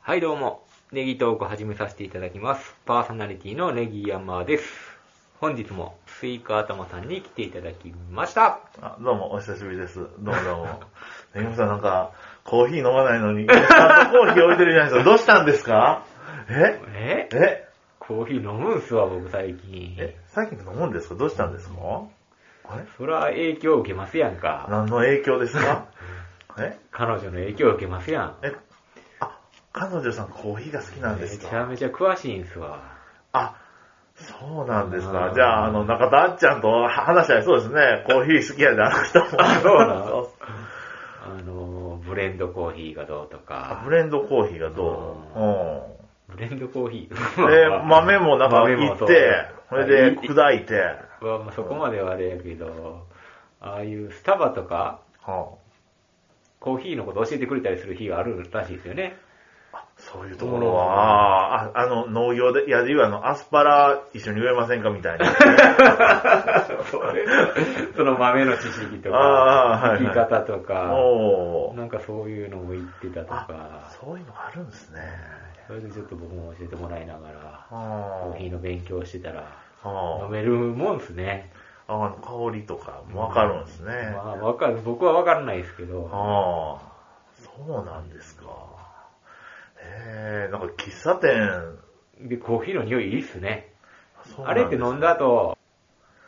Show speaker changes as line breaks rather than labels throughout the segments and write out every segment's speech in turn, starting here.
はい、どうも。ネギトーク始めさせていただきます。パーソナリティのネギ山です。本日もスイカ頭さんに来ていただきました。
あ、どうも、お久しぶりです。どうもどう も。ネギムさんなんか、コーヒー飲まないのに、インスタントコーヒー置いてるじゃないですか。どうしたんですかえ
え
え
コーヒー飲むんすわ、僕最近。
え最近飲むんですかどうしたんですかあれ
そら影響受けますやんか。
何の影響ですかえ
彼女の影響受けますやん。
えあ、彼女さんコーヒーが好きなんで
め
す
ちゃ
か
めちゃ詳しいんすわ。
あ、そうなんです
う
か
ん。
じゃあ、あの、中田あっちゃんと話し合いそうですね。コーヒー好きやで、あの人も。
そうなの
そう
あのー、ブレンドコーヒーがどうと
あ
か。
ブレンドコーヒーがどう
う
うん。
ブレンドコーヒ ー。
で、豆もなんか
豆
い
も
って
そう、
それで
い
砕いて、
はまあ、そこまではあれやけど、ああいうスタバとか、
は
コーヒーのこと教えてくれたりする日があるらしいですよね。
ああそういうところは、ああの農業で、いや、でいうあの、アスパラ一緒に植えませんかみたいな。
その豆の知識と
ああ
か、
はい
生
は
き
い
方とか、
おー
なんかそういうのも言ってたと
あ
か、、
そういうのがあるんですね。
それでちょっと僕も教えてもらいながら、コ
は
ーヒーの勉強してたら、
あ、は
飲めるもんですね。
あ、あの香りとかもわかるんですね。
まあ、わかる、僕はわからないですけど、
ああ、そうなんですか。へえ、なんか喫茶店、
で、コーヒーの匂いいいっすね。
そうな
あれって
です
飲んだ後、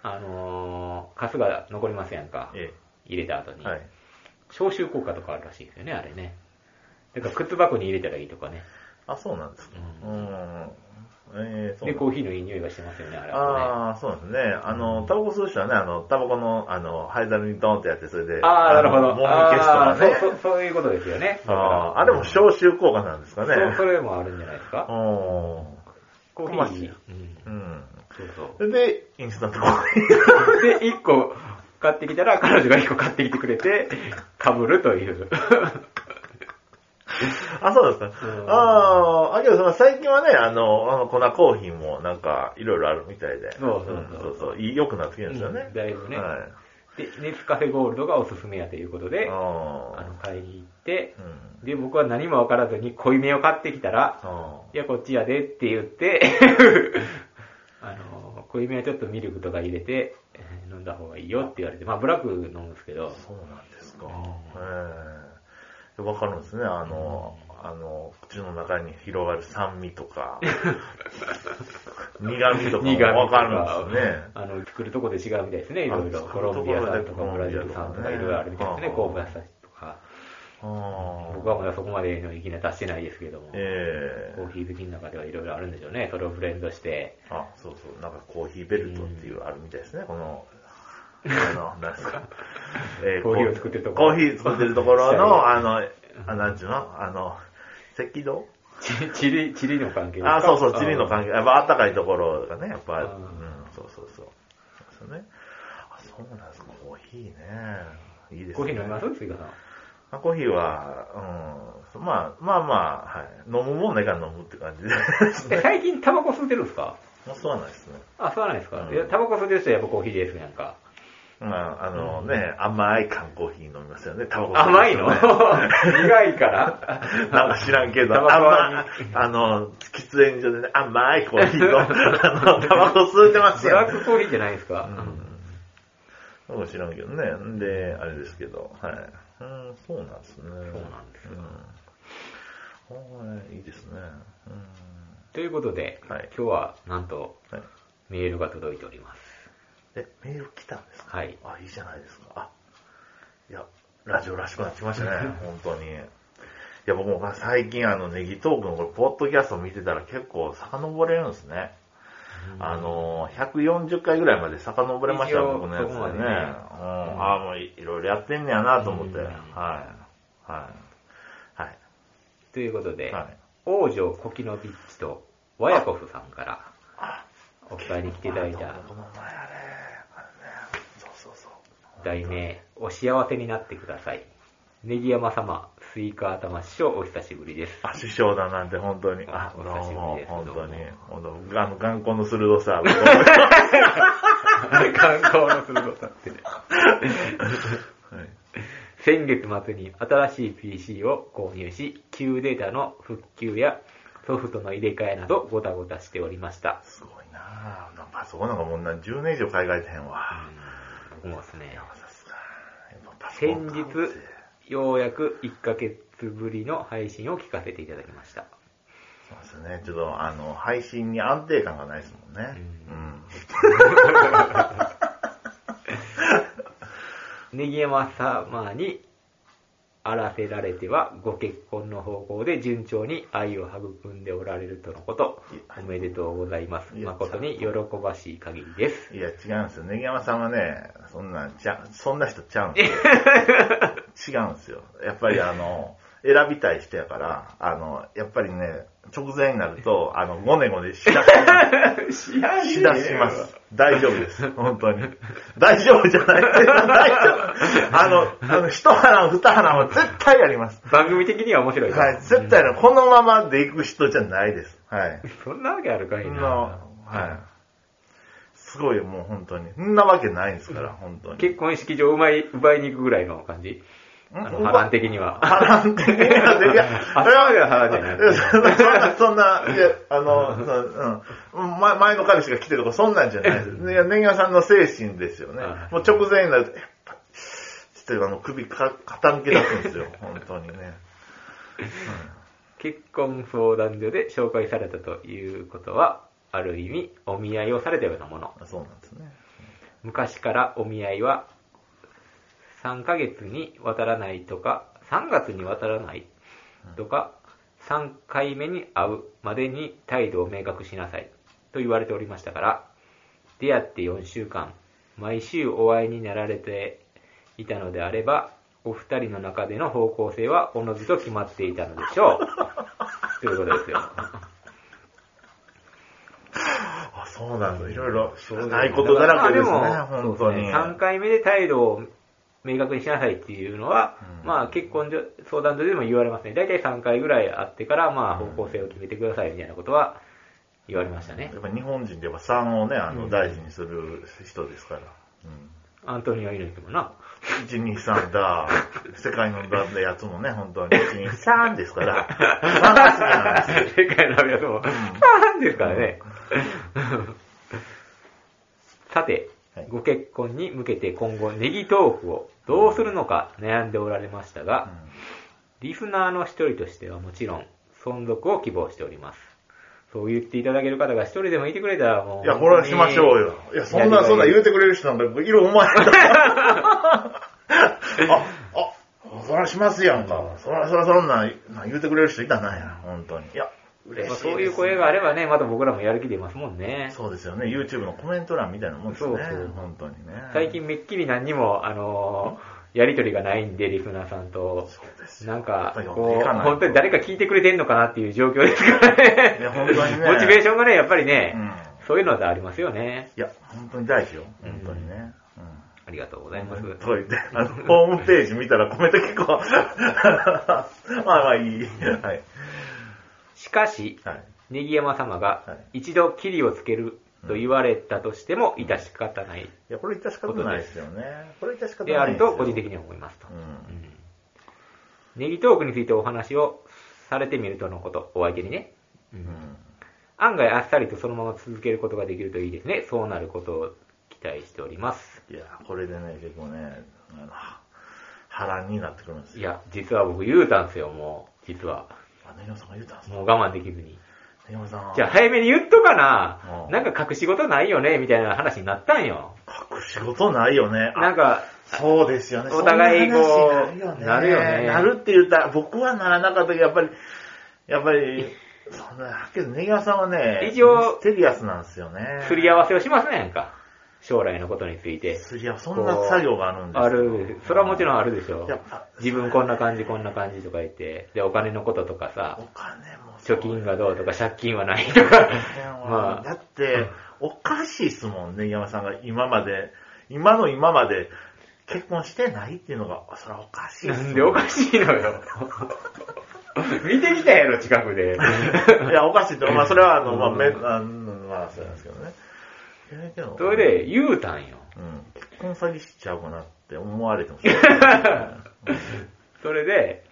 あのー、カスが残りますやんか。
え
入れた後
え、
に。
はい。
消臭効果とかあるらしいですよね、あれね。だから靴箱に入れたらいいとかね。
あ、そうなんですか。
う
うん。ええそうな
で、
んだ
コーヒーのいい匂いがしてますよね、あれはね。
ああ、そうですね。あの、タバコ吸う人はね、あの、タバコの、あの、灰皿にドンってやって、それで、
ああ、なるほ
の
ど。
もみ消
ああ
すとか
そう
ね。
そうそういうことですよね。
ああ、あれも消臭効果なんですか
そ
ね。
うそれもあるんじゃないですか。コーヒ
まあ
ー。うん
うん。
そうそ
それで、インスタントコーヒ ー。
う。で、1個買ってきたら、彼女が1個買ってきてくれて、被るという。
あ、そうですか。
うん
ああ、あけどその最近はね、あの、あの粉コーヒーもなんか、いろいろあるみたいで。
そうそうそうん
そうそう。いい良くなってきてるんですよ
う
ね
ん。だいぶね
はい。
で、ネスカフェゴールドがおすすめやということで、あ
あ
の、買いに行って
あ。う、ん。
で、僕は何もわからずに濃いめを買ってきたら、
あ
いや、こっちやでって言って、 あの、濃いめはちょっとミルクとか入れて、えー飲んだ方がいいよって言われて、まあ、ブラック飲むんですけど
あ。、そうなんですか。
うん
ええわかるんですね。あの、あの、口の中に広がる酸味 とか、苦味とか
苦味とか
もわかるんですね。
あの、作るとこで違うみたいですね、いろいろ。
あ
コ
作る
ロ
と
ン
こ
ビ
ろ
ア
で
産とかブラジル産とかいろいろあるみたいですね、
コロ
香
ンビ
ば
ア
しさとか。
あ
僕
あ
はまだそこまでの域には達してないですけども、
ええ
コーヒー好きの中ではいろいろあるんでしょうね、それをブレンドして。
あ、そうそう。なんかコーヒーベルトっていうあるみたいですね。この、あ の、なんですか。え
コーヒーを作ってるとこ
コーヒー作ってるとこ ろの、あの、
う
あ
ん
なんちゅうのあの、赤道
チチリ、チリの関係ですか
あ、そうそう、地理の
係。
関係。やっぱあったかいところがね、やっぱ、
う
うんん、そうそうそう。そうですよね。あ、そうなんですか、コーヒーね。いいですね。
コーヒー飲みます追加さん。
あコーヒーは、うん、まあまあまあ、はい。飲むもんないから飲むって感じです
え、
ね。
最近タバコ吸ってるんですか
もうそうはないですね。
あ、吸わないですか、
うん
いや、タバコ吸ってる人はやっぱコーヒーですやんか。
まあ、あのね、甘い缶コーヒー飲みますよね、タバコ吸って
甘い
る
の
とね
苦いから
なんか知らんけど、
タバコは
甘い、あの、喫煙所でね、甘いコーヒー と、あの、タバコ吸うてます
ブ
よ
ラッ。クコーヒーじゃないですか、
うん。なんか知らんけどね。んで、あれですけど、はい。うん、そうなんですね。
そうなんですよ
うんはい、いいですね。うん。
ということで、
はい
今日はなんと
はい。
メールが届いております。
え、メール来たんですか
はい。
あ、いいじゃないですか。あ、いや、ラジオらしくなってきま したね、本当に。いや、僕も最近あの、ネギトークのこれ、ポッドキャスト見てたら結構遡れるんですね。あのー、140回ぐらいまで遡れました
一応
よ、僕のやつで
そこま
ね。
でね
うん、ああ、もういいろいろやってんねやなと思って。
う
は
ん
い。はい。は
ということで、
い。はい。
王女コキノビッチとワヤコフさんから
あ、
お二人に来ていただいた
この前あれ、あれね、そうそうそう。
題名、お幸せになってください。ネギ山様、スイカ頭師匠、お久しぶりです。
あ、師匠だなんて本当に。あ、
お
どう
久しぶり
も
です、
本
ど
当
うも
に。本当あの、眼光の鋭さ。
観光の鋭さって。
はい
先月末に新しい PC を購入し、旧データの復旧やソフトの入れ替えなどごたごたしておりました。
すごいなぁ。なんかパソコンなんかもうな10年以上海外店は。
うん、そうですね。
さすが。やっぱパソコ
先
ン買
日
うって、
ようやく1ヶ月ぶりの配信を聞かせていただきました。
そうですね。ちょっと、あの、配信に安定感がないですもんね。
う
うん。
ネギ山様にあらせられては、ご結婚の方向で順調に愛を育んでおられるとのこと
いや、
おめでとうございます。
いや
誠に喜ばしい限りです。
いや、違うんですよ。ネギ山さんはね、そんなんちゃう、そんな人ちゃうんですよ。違うんですよ。やっぱりあの、選びたい人やから、あの、やっぱりね、直前になると、あの、ごねごねしだし
しだ
しだします。大丈夫です。本当に。大丈夫じゃない。大丈夫。あの、あの、一花二花は絶対やります。
番組的には面白いか
はい。絶対の、このままで行く人じゃないです。はい。
そんなわけあるかい
そんな、
な。
はい。すごいよ、もう本当に。そんなわけないですから、本当に。
結婚式場を奪い奪いに行くぐらいの感じ。
ん
あ
う
の
ま
波乱的には。
波乱的には、いや、
あそこまでは波乱じゃない
いやそんな、そんな、いや、あの、そうん、前前の彼氏が来てとか、そんなんじゃないです。いや、ネギさんの精神ですよね
あ。
もう直前になると、やっぱ、ちょっとあの、首か傾け出すんですよ、本当にね。
結婚相談所で紹介されたということは、ある意味、お見合いをされたようなもの。
そうなんですね。
昔からお見合いは3ヶ月にわたらないとか、3月にわたらないとか、3回目に会うまでに態度を明確しなさいと言われておりましたから、出会って4週間、毎週お会いになられていたのであれば、お二人の中での方向性はおのずと決まっていたのでしょう。ということですよ。
あ、そうなんだ。いろいろ、知らないことだらけですね、
まあでも
本当に。
3回目で態度を明確にしなさいっていうのは、
うん
まあ結婚所相談所でも言われますね。大体3回ぐらい会ってから、まあ方向性を決めてくださいみたいなことは言われましたね
や。っぱ日本人でやっぱ3をね、あ
う
の、
ん
大事にする人ですから。うん
アントニオ猪木もな。
123だ、世界のだってやつもね、本当に。123ですから。話なんですよ
世界のやつも、なんですからね。さて
はい、
ご結婚に向けて今後ネギトークをどうするのか悩んでおられましたが、リスナーの一人としてはもちろん、存続を希望しております。そう言っていただける方が一人でもいてくれたらも
うん
う。
いや、これはしましょうよ。いや、そん
やりが
な、
い
そんな言うてくれる人なんか、色うまい。 あ、あ、そらしますやんか。そらそらそんなんなん言うてくれる人いたなんや、本当に。いや、
本当に。
嬉しいです。
まあそういう声があればね、また僕らもやる気出ますもんね。
そうですよね。YouTube のコメント欄みたいなもんですね。
そうそう
本当にね。
最近めっきり何にも、あのーやりとりがないんで、リスナーさんと。
そうですよ。
なんか
やっぱり、
こ
いか
う、
ないと
本当に誰か聞いてくれてんのかなっていう状況ですからね。
いや本当にね
モチベーションがね、やっぱりね、
うん。
そういうのはありますよね。
いや、本当に大事よ。本当にね。うん
ありがとうございます。
と言って、あの、ホームページ見たらコメント結構、 まあまあいい。はい。
しかし、
はい。
ネギ山様
は
が一度キリをつけると言われたとしても致し方ない
いや、これ致し方ないですよね。これ致し方ないです
で
よ。
あると個人的には思いますと
う。。
うんんネギトークについてお話をされてみるとのこと、お相手にね。う
うんん。
案外あっさりとそのまま続けることができるといいですね。そうなることを期待しております。
いや、これでね、結構ね、あの、波乱になってくるんです
い
よ。
や、実は僕言うたんすよ、もう。実は。
あ、根山さんが言うたんですね。
もう我慢できずに。
根山さん。
じゃあ早めに言っとかな
う。ん
なんか隠し事ないよね、みたいな話になったんよ。
隠し事ないよね。
なんか、
そうですよね。
お互いこう
そんな話になるよね。
なるよね
なるって言ったら、僕はならなかったけど、やっぱり、やっぱり、そんな、けど、ネギワさんはね、
一応
ミステリアスなんですよね。
すり合わせをしますね、なんか。将来のことについて。
すり合わせ。そんな作業があるんですよ
ある、それはもちろんあるでしょ
やっぱ。
自分こんな感じ、こんな感じとか言って、で、お金のこととか
お
さ、
金もそう
貯金がどうとか、借金はないとか。 ま
まあ、だって、おかしいっすもん、ネギワさんが今まで、今の今まで結婚してないっていうのが、それはおかし
あ、
いっ
な
すも
んでおかしいのよ。見てきたやろ、近く で。
いや、おかしいって、まあ、それは、あの、まあ、
うん
め、あの、まあ、そうなんですけどね。いやけど
それで、言うたんよ。
うん結婚詐欺しちゃうかなって思われてもしょうがない、
それで、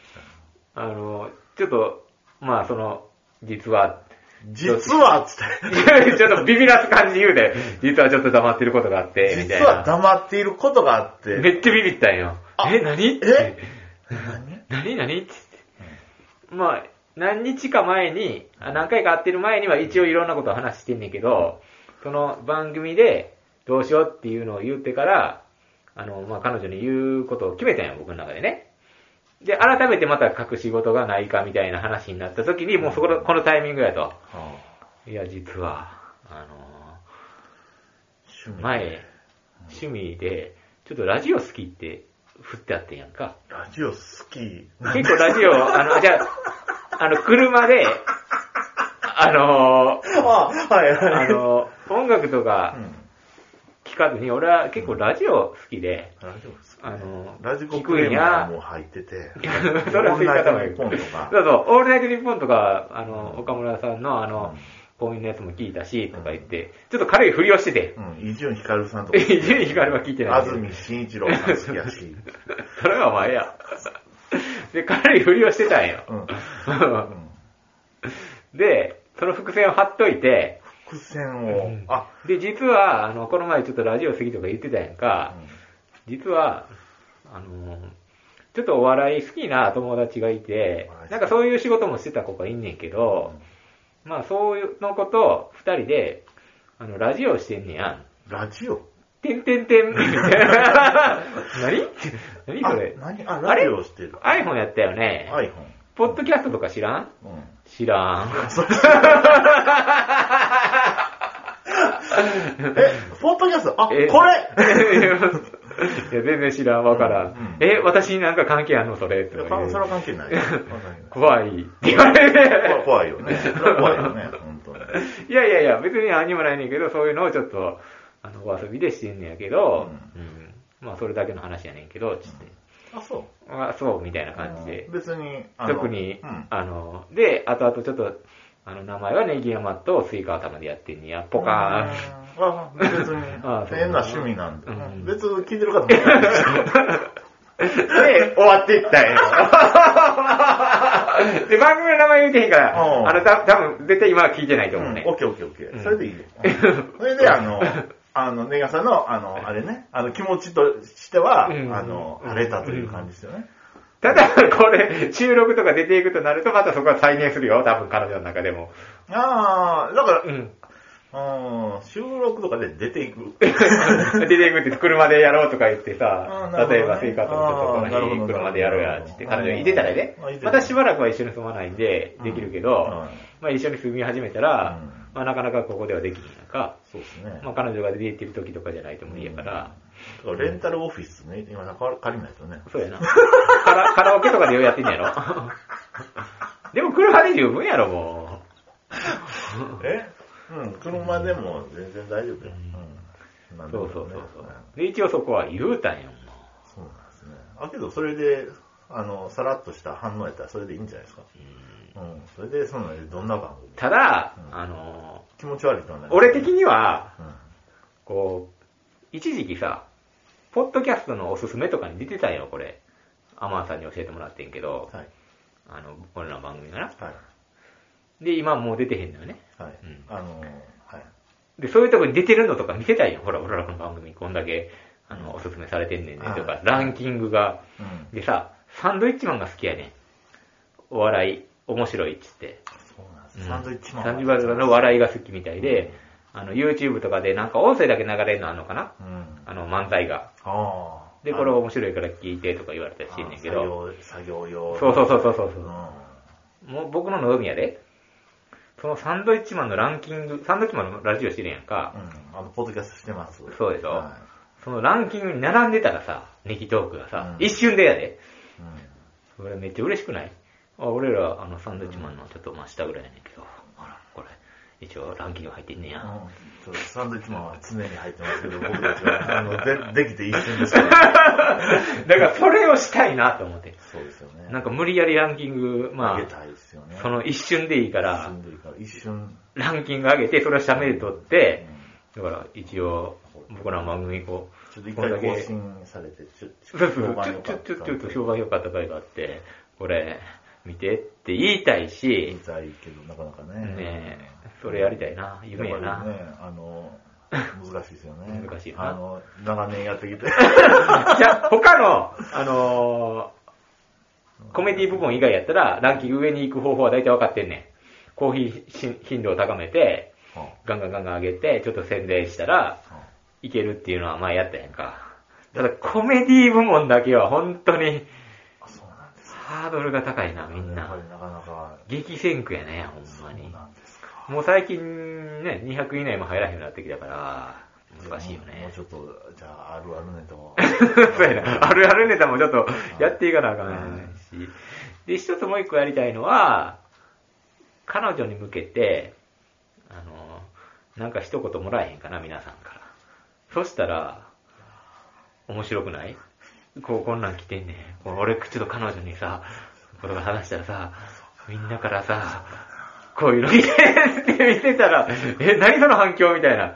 あの、ちょっと、まあその、実は、
実は、つって。
ちょっとビビらす感じで言うで、実はちょっと黙ってることがあって、みたい
実
な。
は黙っていることがあって。
めっちゃビビったんよ。
あ
え、何
え
って
何
何何ってって。まあ、何日か前に、あ何回か会ってる前には一応いろんなことを話してんねんけど、その番組でどうしようっていうのを言ってから、あの、まあ、彼女に言うことを決めたんよ、僕の中でね。で、改めてまた隠し事がないかみたいな話になった時に、もうそこの、このタイミングやと。
はい
や、実は、あの
あ趣味
前、趣味で、ちょっとラジオ好きって振ってあってんやんか。
ラジオ好 き。
結構ラジ オ、あの、じゃあ、あの、車で、あのー
あ、はいはい。
あのー音楽と
う
か
ん
聞かずに、俺は結構ラジオ好きで、
ラジオ好き。
あのー
ラジコ
聞
ク
く
レ
ん
ーマ
や。
ー、も入ってて
それは言い方もいい。
こんな日本と
そ
か。
うそう、オールナイトニッポンとか、あの、岡村さんのあ
う
の
ん、
公演のやつも聞いたし、とか言って、ちょっと軽い振りをしてて、
うん、伊集院光さんとか。
伊集院光は聞いてない
安住紳一郎さん好きやし。
それはお前や。で、軽い振りをしてたんよ
う。ん。うん。
で、その伏線を張っといて、
伏線を。あ、
で、実は、あの、この前ちょっとラジオ過ぎとか言ってたやんか、実は、あの、ちょっとお笑い好きな友達がいて
お笑い好、き
なんかそういう仕事もしてた子がいんねんけど、まあそういうのこと、二人で、あの、ラジオしてんねやん。
うんラジオ
てんてんてん、 みたいな。何何そ
あ
れ、
何あ、
あ
ラ
れ
ジオしてる。
?iPhone やったよね。
iPhone。
ポッドキャストとか知らん
うん。
知らん。
え、ポッドキャストあ、こ
え
れ
いや、全然知らん、わからん。
うん
え、私になんか関係あんのそれと
いや
か
か
言
それ
う
は関係ない。わかんない
怖いって言われ
怖い
て。
怖いよね。それは怖いよね、本当に。
いやいやいや、別に何もないねんけど、そういうのをちょっと、あの、お遊びでしてんねんやけど、うんまあ、それだけの話やねんけど、つって。
あ、そう。
あ、そう、みたいな感じで
うん。別に、あの
特に
うん、。
あの、で、後々ちょっと、あの、名前はネギ山とスイカ頭でやってんねや、ポカーン。
うん。あ、別に
あ、そう
変な趣味なんで。
うん
うん別に聞いてる方もい ないし。
で、終わっていった んよ。で、番組の名前言うてへんから、
うん
あの、た多分絶対今は聞いてないと
う
思うんね。
オッケーオッケーオッケ
うん
ー。それでいいよ。 うんそれで、あの、あの、ネガさんの、あの、あれね、あの、気持ちとしては、
うん
あの、晴れたという感じですよね。
ただ、これ、収録とか出ていくとなると、またそこは再燃するよ、多分彼女の中でも。
ああ、だから
う、ん。
うん、収録とかで出ていく。
出ていくって車でやろうとか言って
あ
さ
ーなる、ほどね
例えばスイカ頭とこの
あーなるほ
日
ど
車でやろうや、つって彼女がいてたらね
あーい、てた
またしばらくは一緒に住まないんで、できるけど、
うん
まあ一緒に住み始めたら、
うん
まあなかなかここではできひんやんか。
そうですね。
まあ彼女が出て行ってる時とかじゃないと無理やから、
うんレンタルオフィスね、今なんか借りないとね。
そうやな。 カラカラオケとかでようやってんねやろ でも車で十分やろ、も
えうん、車でも全然大丈夫よ。うん。な
う。
ん
そ
でも
う
ね
そうそうそ
ん
う。で、一応そこは言うたんやもん。
そうなんですね。あ、けどそれで、あの、さらっとした反応やったらそれでいいんじゃないですか。うん。それで、その、どんな番組
ただ
う、ん
あの
気持ち悪いとはな
ー
い。
俺的には、
うん。
こう、一時期さ、ポッドキャストのおすすめとかに出てたんよ、これ。アマンさんに教えてもらってんけど、
はい。
あの、俺らの番組かな。
はい。
で、今もう出てへんのよね。
はい。
うん
あの、はい。
で、そういうとこに出てるのとか見せたいよ。ほら、俺らの番組こんだけ、あの、おすすめされてんねんねとか
は、い
ランキングが。
うん。
でさ、サンドイッチマンが好きやねん。お笑い、面白いっつって。
そうなんで
うん
す。サンドイッチマン。
サンドイッチマンの笑いが好きみたいで、あの、YouTube とかでなんか音声だけ流れるのあんのかな
うん。
あの、漫才が。
ああ。
で、これ面白いから聞いてとか言われたりしてんねんけど。
あー。作業、作業用。
そうそうそうそうそう
う
そう。
ん。
もう僕の望みやで。そのサンドイッチマンのランキング、サンドイッチマンのラジオしてるやんか。
うん。あの、ポッドキャストしてます。
そうでしょ
は
そのランキングに並んでたらさ、ネギトークがさ、
うん
一瞬でやで。
い。うん。
それめっちゃ嬉しくないあ俺ら、あの、サンドウィッチマンのちょっと真下ぐらいやねんけど、ほら、これ、一応ランキング入ってんねや。
うんそうサンドイッチマンは常に入ってますけど、僕たちは、あの、で、できて一瞬ですから。
だからそれをしたいなと思って。
そうですよね。
なんか無理やりランキング、ま
上げ
あ、
たいですよね。
その一瞬でいいから
住、んでるから一瞬。
ランキング上げて、それを写メで撮って、だから一応、僕らの番組こう、
ちょっと一回更新されて、ちょっと、
そうそう
評判良
ち
か
ょ
っ
ち
た
ょちょちょっと評判良かった回があって、これ、見てって言いたいし
見、たいけど、なかなかね。
ねえ、それやりたいな、夢や
やっぱり
な。
ね、あの、難しいですよね。
難しいよな
あの、長年やってきて。
いや、他の、あのーコメディ部分以外やったら、ランキング上に行く方法は大体分かってんねん。コーヒーし頻度を高めて、
うん
ガンガンガンガン上げて、ちょっと宣伝したら、
うん
いけるっていうのは前やったやんか。ただ、コメディ部門だけは本当に、
あそうなんです
ハードルが高いな、みん
やっぱ
な。
りなかなか、
激戦区やね、ほん
そう
まに。
なんですか。
もう最近ね、200以内も入らへんようになってきたから、難しいよ
も
ね
う。ちょっと、じゃあ、あるあるネタ を。
そうやな。 あるあるネタもちょっとやっていかなあかんし。で、一つもう一個やりたいのは、彼女に向けて、あの、なんか一言もらえへんかな、皆さんから。そしたら、面白くないこう、こんなん来てんねん。こう俺、ちょっと彼女にさ、ことが話したらさ、みんなからさ、こういうの見てって見てたら、え、何その反響みたいな。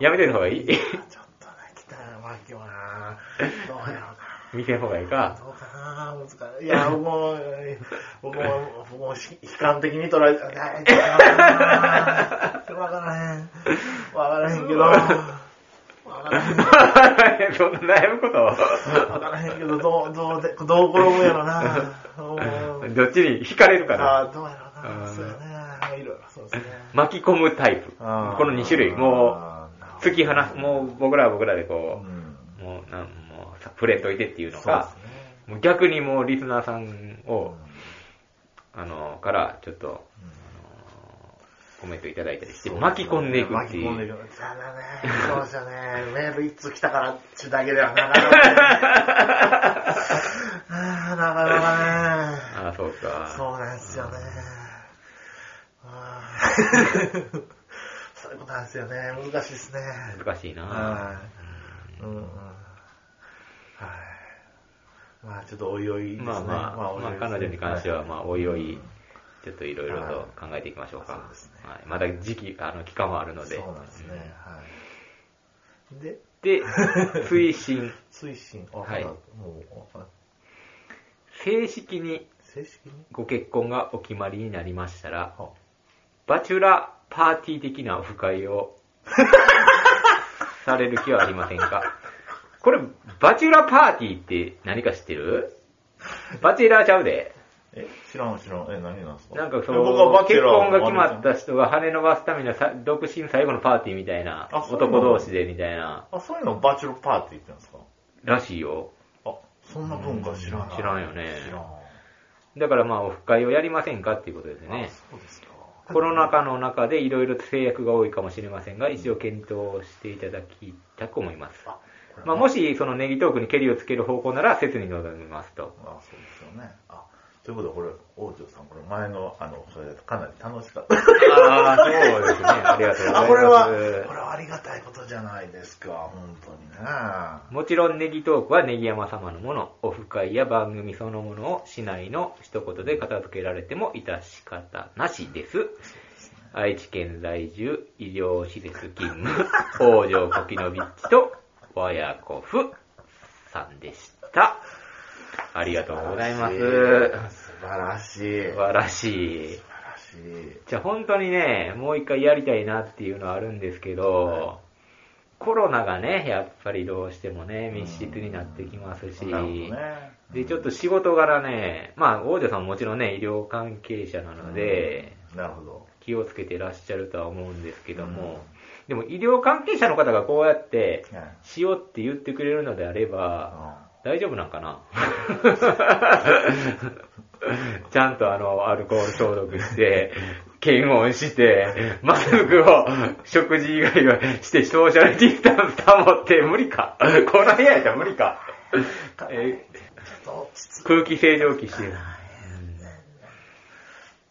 やめてた方がいい
ちょっとね、来たら、まあ、今日はな、どうやろう
見てん方がいい
な、
か。
どうかな、難しい。いや、僕も、僕も、僕もし悲観的に捉 えて、あどうかなちょっとわからへん。わからへんけど、わからへ ん。
そんな悩むこと
わからへんけど、どう、どうで、どう転ぶやろな。うん
どっちに惹かれるかな
あどうやろう
う
な。
ん
そうやね。いろいろ、そうですね。
巻き込むタイプ。こ
あー
の2種類。も
あーなる
う、
ほど
突き放す。もう僕らは僕らで
う
こう、
ん、
もう、なんもう、さ触れといてっていうの
そうで
か
す、ね。
もう逆にもうリスナーさん
うん
を、あの、から、ちょっと、コメントいただいたりして、巻き込んでいくって
巻き込んで
いう。
いく。ただね、そうですよ ね。メール一通来たからってだけでは なかなかね。あーなかなかね。
ああ、そうか。
そうなんですよね。あー そういうことなんですよね。難しいですね。
難しいな
はい。うんうん。はい。まあちょっとおいおいですね。
まあまあ、
おい
まあ
おいですね
彼女に関しては、まあ、おいおい、ちょっといろいろ
はい
と考えていきましょうか。
そうですね
はい、まだ時期、あの、期間はあるので。
そうなんですね。
うん
はい。で、
で、推進。
推進、あ、
はい
まだもう、あ
正式に
正式に
ご結婚がお決まりになりました ら、
は
バチュラーパーティー的なオフ会 をされる気はありませんかこれ、バチュラーパーティーって何か知ってるバチェラーちゃうで。
え、知らん知らん。え、何なんですか
なんかそ
え僕は
の
バチ
結
ェラー
婚が決まっ
あれ
た人が羽伸ばすためのさ独身最後のパーティーみたいな、
あそうなの
男同士でみたいな、
じゃんあ、そういうのバチェラーパーティーって言うんですから
しいよ。
あ、そんな文化知らない。
知らんよね
知らん。
だからまあオフ会をやりませんかっていうことですね
あ。そうですか。
コロナ禍の中でいろいろ制約が多いかもしれませんが、一応検討していただきたく思います。
あ、これ
まあ、もし、そのネギトークにケリをつける方向なら、切に臨みますと。
あ、そうですよね。あ、ということで、これ、王女さん、これ前の、あの、それかなり楽しかった。
ああ、そうですね。 ありがとうございます。
あ、これは、これはありがたいことじゃないですか、本当にね。
もちろんネギトークはネギ山様のもの、オフ会や番組そのものを市内の一言で片付けられても致し方なしです。愛知県在住医療施設勤務、 北条コキノビッチとワヤコフさんでした。ありがとうございます。素
素晴らしい。素晴ら
晴らしい。
しい。
じゃあ本当にね、もう一回やりたいなっていうのはあるんですけど、
は
コロナがね、やっぱりどうしてもね、密室になってきますし、
なるほどね。
で、ちょっと仕事柄ね、まあ、王女さんももちろんね、医療関係者なので、
うん、なるほど。
気をつけてらっしゃるとは思うんですけども、でも医療関係者の方がこうやって、
ね
しようって言ってくれるのであれば、
あ
大丈夫なんかな ちゃんとあの、アルコール消毒して、検温して、マスクを、食事以外はして、ソーシャルディスタンス保って、無理か。この部屋やったら無理か。え
ちょっと落ち着く。
空気清浄機してる。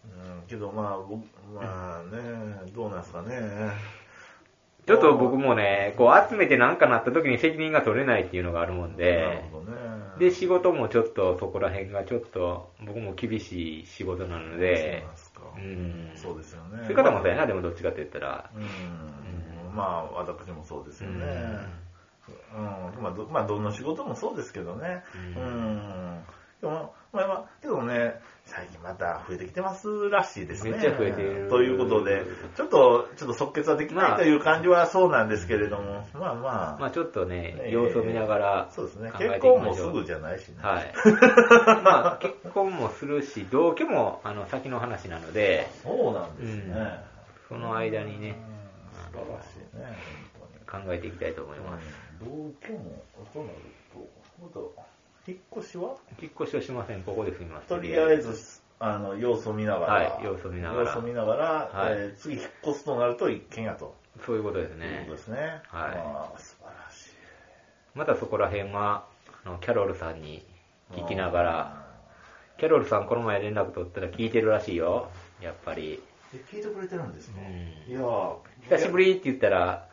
うん、けどまあ、僕、まあね、どうなんですかね。
ちょっと僕もね、こう集めてなんかなった時に責任が取れないっていうのがあるもん
な
で
る、ほどね。
で、仕事もちょっとそこら辺がちょっと、僕も厳しい仕事なので
そうなん、ですか。
うん
そうですよね。
そういう方もそうやな、でもどっちかって言ったら。
うん、まあ、私もそうですよね。
うん
うんまあど、まあ、どんな仕事もそうですけどね。
う
うんん。でも、まあまあ、けどね、最近また増えてきてますらしいですね。
めっちゃ増えてる
ということで、ちょっと、ちょっと即決はでき
まあ
ないという感じはそうなんですけれども、まあまあ、
まあちょっとね
え、え
様子を見ながら
そうですね。
考え
結
ていき
婚
ま
も
し
す
ょう。
ぐじゃないしね。
はい。まあ結婚もするし、同居もあの先の話なので、
そうなんですね。
うんその間に
うん
ね、
素晴らしいね、本
考えていきたいと思います。
当に。同居も、となると、また、引っ越しは
引っ越しをしません、ここで済みます。
とりあえず、あの、様子を見ながら、
はい様子を見ながら
様子を見ながら
はい
えー次引っ越すとなると一軒家と、
そういうことです
いう
ね
こと。ですね。
はい
まあ、素晴らしい。
またそこら辺は、あのキャロルさんに聞きながら、キャロルさんこの前連絡取ったら聞いてるらしいよ、やっぱり。
うん。え、聞いてくれてるんですか、
うん
いやー
久しぶりって言ったら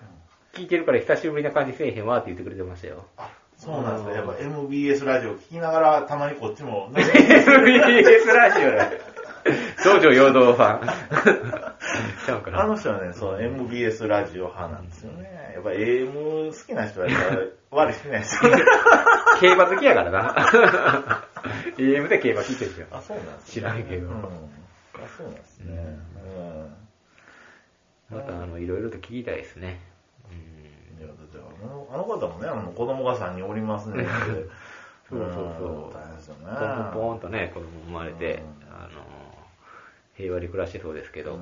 うん、
聞いてるから久しぶりな感じせえへんわって言ってくれてました よ。
あそうなんですね。やっぱ MBS ラジオ聞きながら、たまにこっち も、
BS ラジオだ。少女陽動ファ ン。ちゃうか
あの
な。
人はね、その MBS ラジオ派なんですよね。やっぱ AM 好きな人はやっぱ悪いしな いですよね。
競馬好きやからな。AM で競馬聞いてるんですよ。
あ、そうなんです
知
ね
らんけど
うんあ、そうなんですね。うん。
また、あの、いろいろと聞きたいですね。
いや、だってあのあの方もね、あの子供が3人おりますね。
そうそうそうん
大変ですよね。
うん。ポンポンポンとね、子供生まれて
うん、
あの、平和に暮らしてそうですけど
う、ん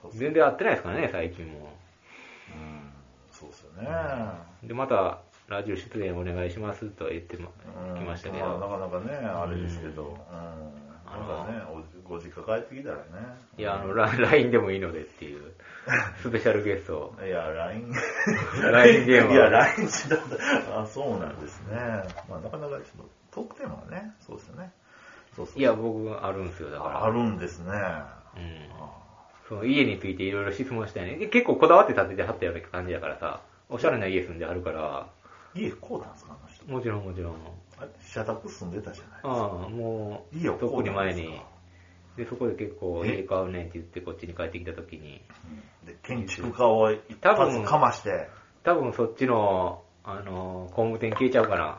そうっす
全然会ってないですからね、最近も。
うんそうですよね。
で、また、ラジオ出演お願いしますと言ってま
うん
きましたけ
まあな
ど、
かなかね、あれですけど。うん。
あ
な
の
んかね、おご実家帰ってきたらね。
いや、あの、ラ LINE でもいいのでっていう、スペシャルゲストを。
いや、LINE。
LINE ゲーム
いや、LINE 時代だ。あ、そうなんですね。まあ、なかなかちょっと、トークテーマはね、そうですよね。そうそう。
いや、僕、あるんですよ、だ
ああ
か
るんですね。
ら。うん。
あ
その家についていろいろ質問したいね。結構こだわって建ててはったような感じだからさ、おしゃれな家住んであるから、
家こうなんですか、あの人。
もちろんもちろん。
あれ、社宅住んでたじゃない
ああ、もう、
家をこ
特
う
に
なん
前
ですか
に。で、そこで結構
え
家買うねんって言ってこっちに帰ってきた時に、
うんで、建築家を一
多
発
分
かまして、
多分そっちの、あの、工務店消えちゃうかな。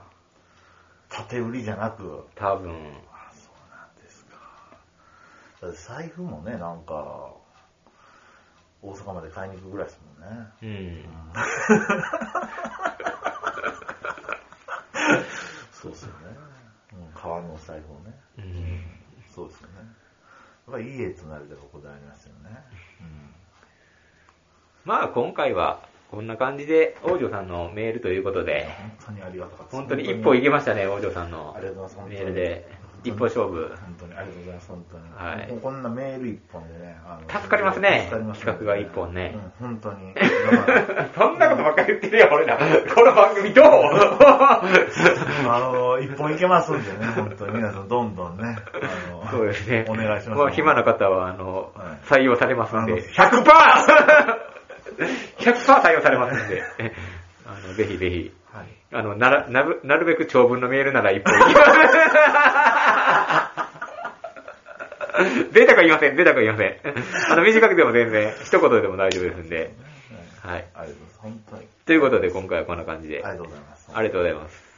建て売りじゃなく。
多分。
あ、そうなんですか。だって財布もね、なんか、大阪まで買いに行くぐらいですもんね。
うん。
そうですよね。うん、川の財布をね。
うん。
そうですよね。やっぱり家となるとこだわりますよね。
まあ、今回は、こんな感じで、王女さんのメールということ
うん、
で、
本当にありがたかったです。
本当に一歩い
本
けましたね、王女さんの
ありがとうございます本当
メ
に
ールで。一歩勝負。
当にありがとうございます、本当に。
はい
もうこんなメール一本でね。あの
助かりますね
助かります
企画が一本ね
うん、本当に。だから
そんなことばっかり言ってるよ、俺ら。この番組どう
あの、一本いけますんでね、本当に皆さんどんどんね。あの
そうですね。
お願いします。
あ、暇な方は、あの、
はい
採用されますんで。
あ
100%!100% 採用されますんで。あの、ぜひぜひ。
はい。
あの、なら、なる、なるべく長文のメールなら一本いき ます。贅沢は言いません、贅沢は言いません。あの、短くても全然、一言でも大丈夫ですんで。はい。
ありがとうございます。本当に。
ということで、今回はこんな感じで。
あり
あ
がとうございます。
りがとうございます。